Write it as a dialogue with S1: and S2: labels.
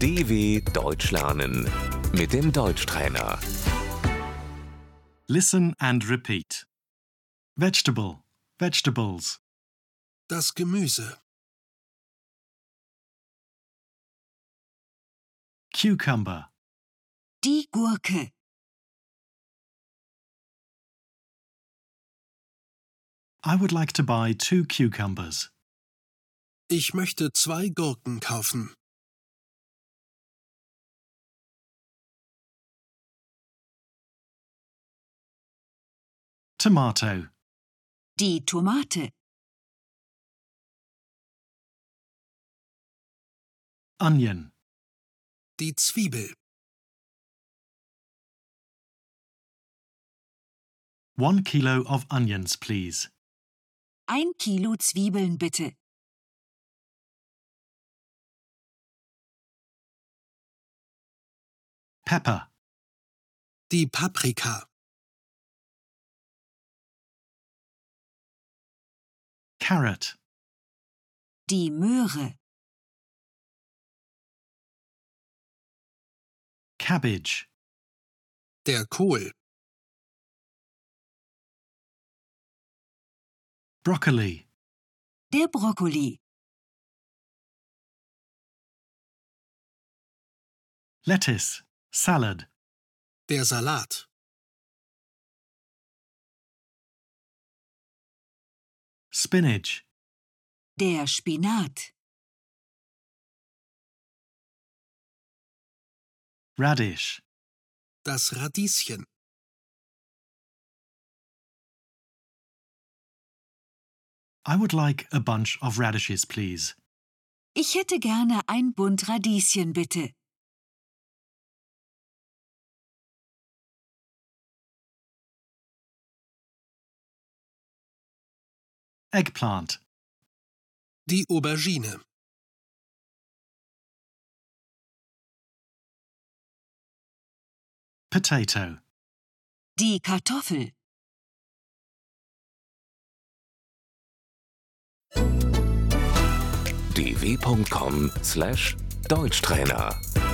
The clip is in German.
S1: DW Deutsch lernen mit dem Deutschtrainer.
S2: Listen and repeat. Vegetable, vegetables,
S3: Das Gemüse,
S2: cucumber,
S4: Die Gurke.
S2: I would like to buy two cucumbers,
S3: ich möchte zwei Gurken kaufen,
S2: tomato,
S4: Die Tomate.
S2: onion,
S3: die Zwiebel,
S2: one kilo of onions, please.
S4: Ein Kilo Zwiebeln bitte.
S2: Pepper,
S3: die Paprika,
S2: carrot,
S4: Die Möhre.
S2: cabbage,
S3: der Kohl,
S2: broccoli,
S4: Der Brokkoli.
S2: lettuce, salad,
S3: der Salat,
S2: spinach,
S4: Der Spinat.
S2: radish,
S3: das Radieschen,
S2: I would like a bunch of radishes, please.
S4: Ich hätte gerne ein Bund Radieschen bitte.
S2: Eggplant,
S3: die Aubergine,
S2: potato,
S4: Die Kartoffel.
S1: dw.com/deutschtrainer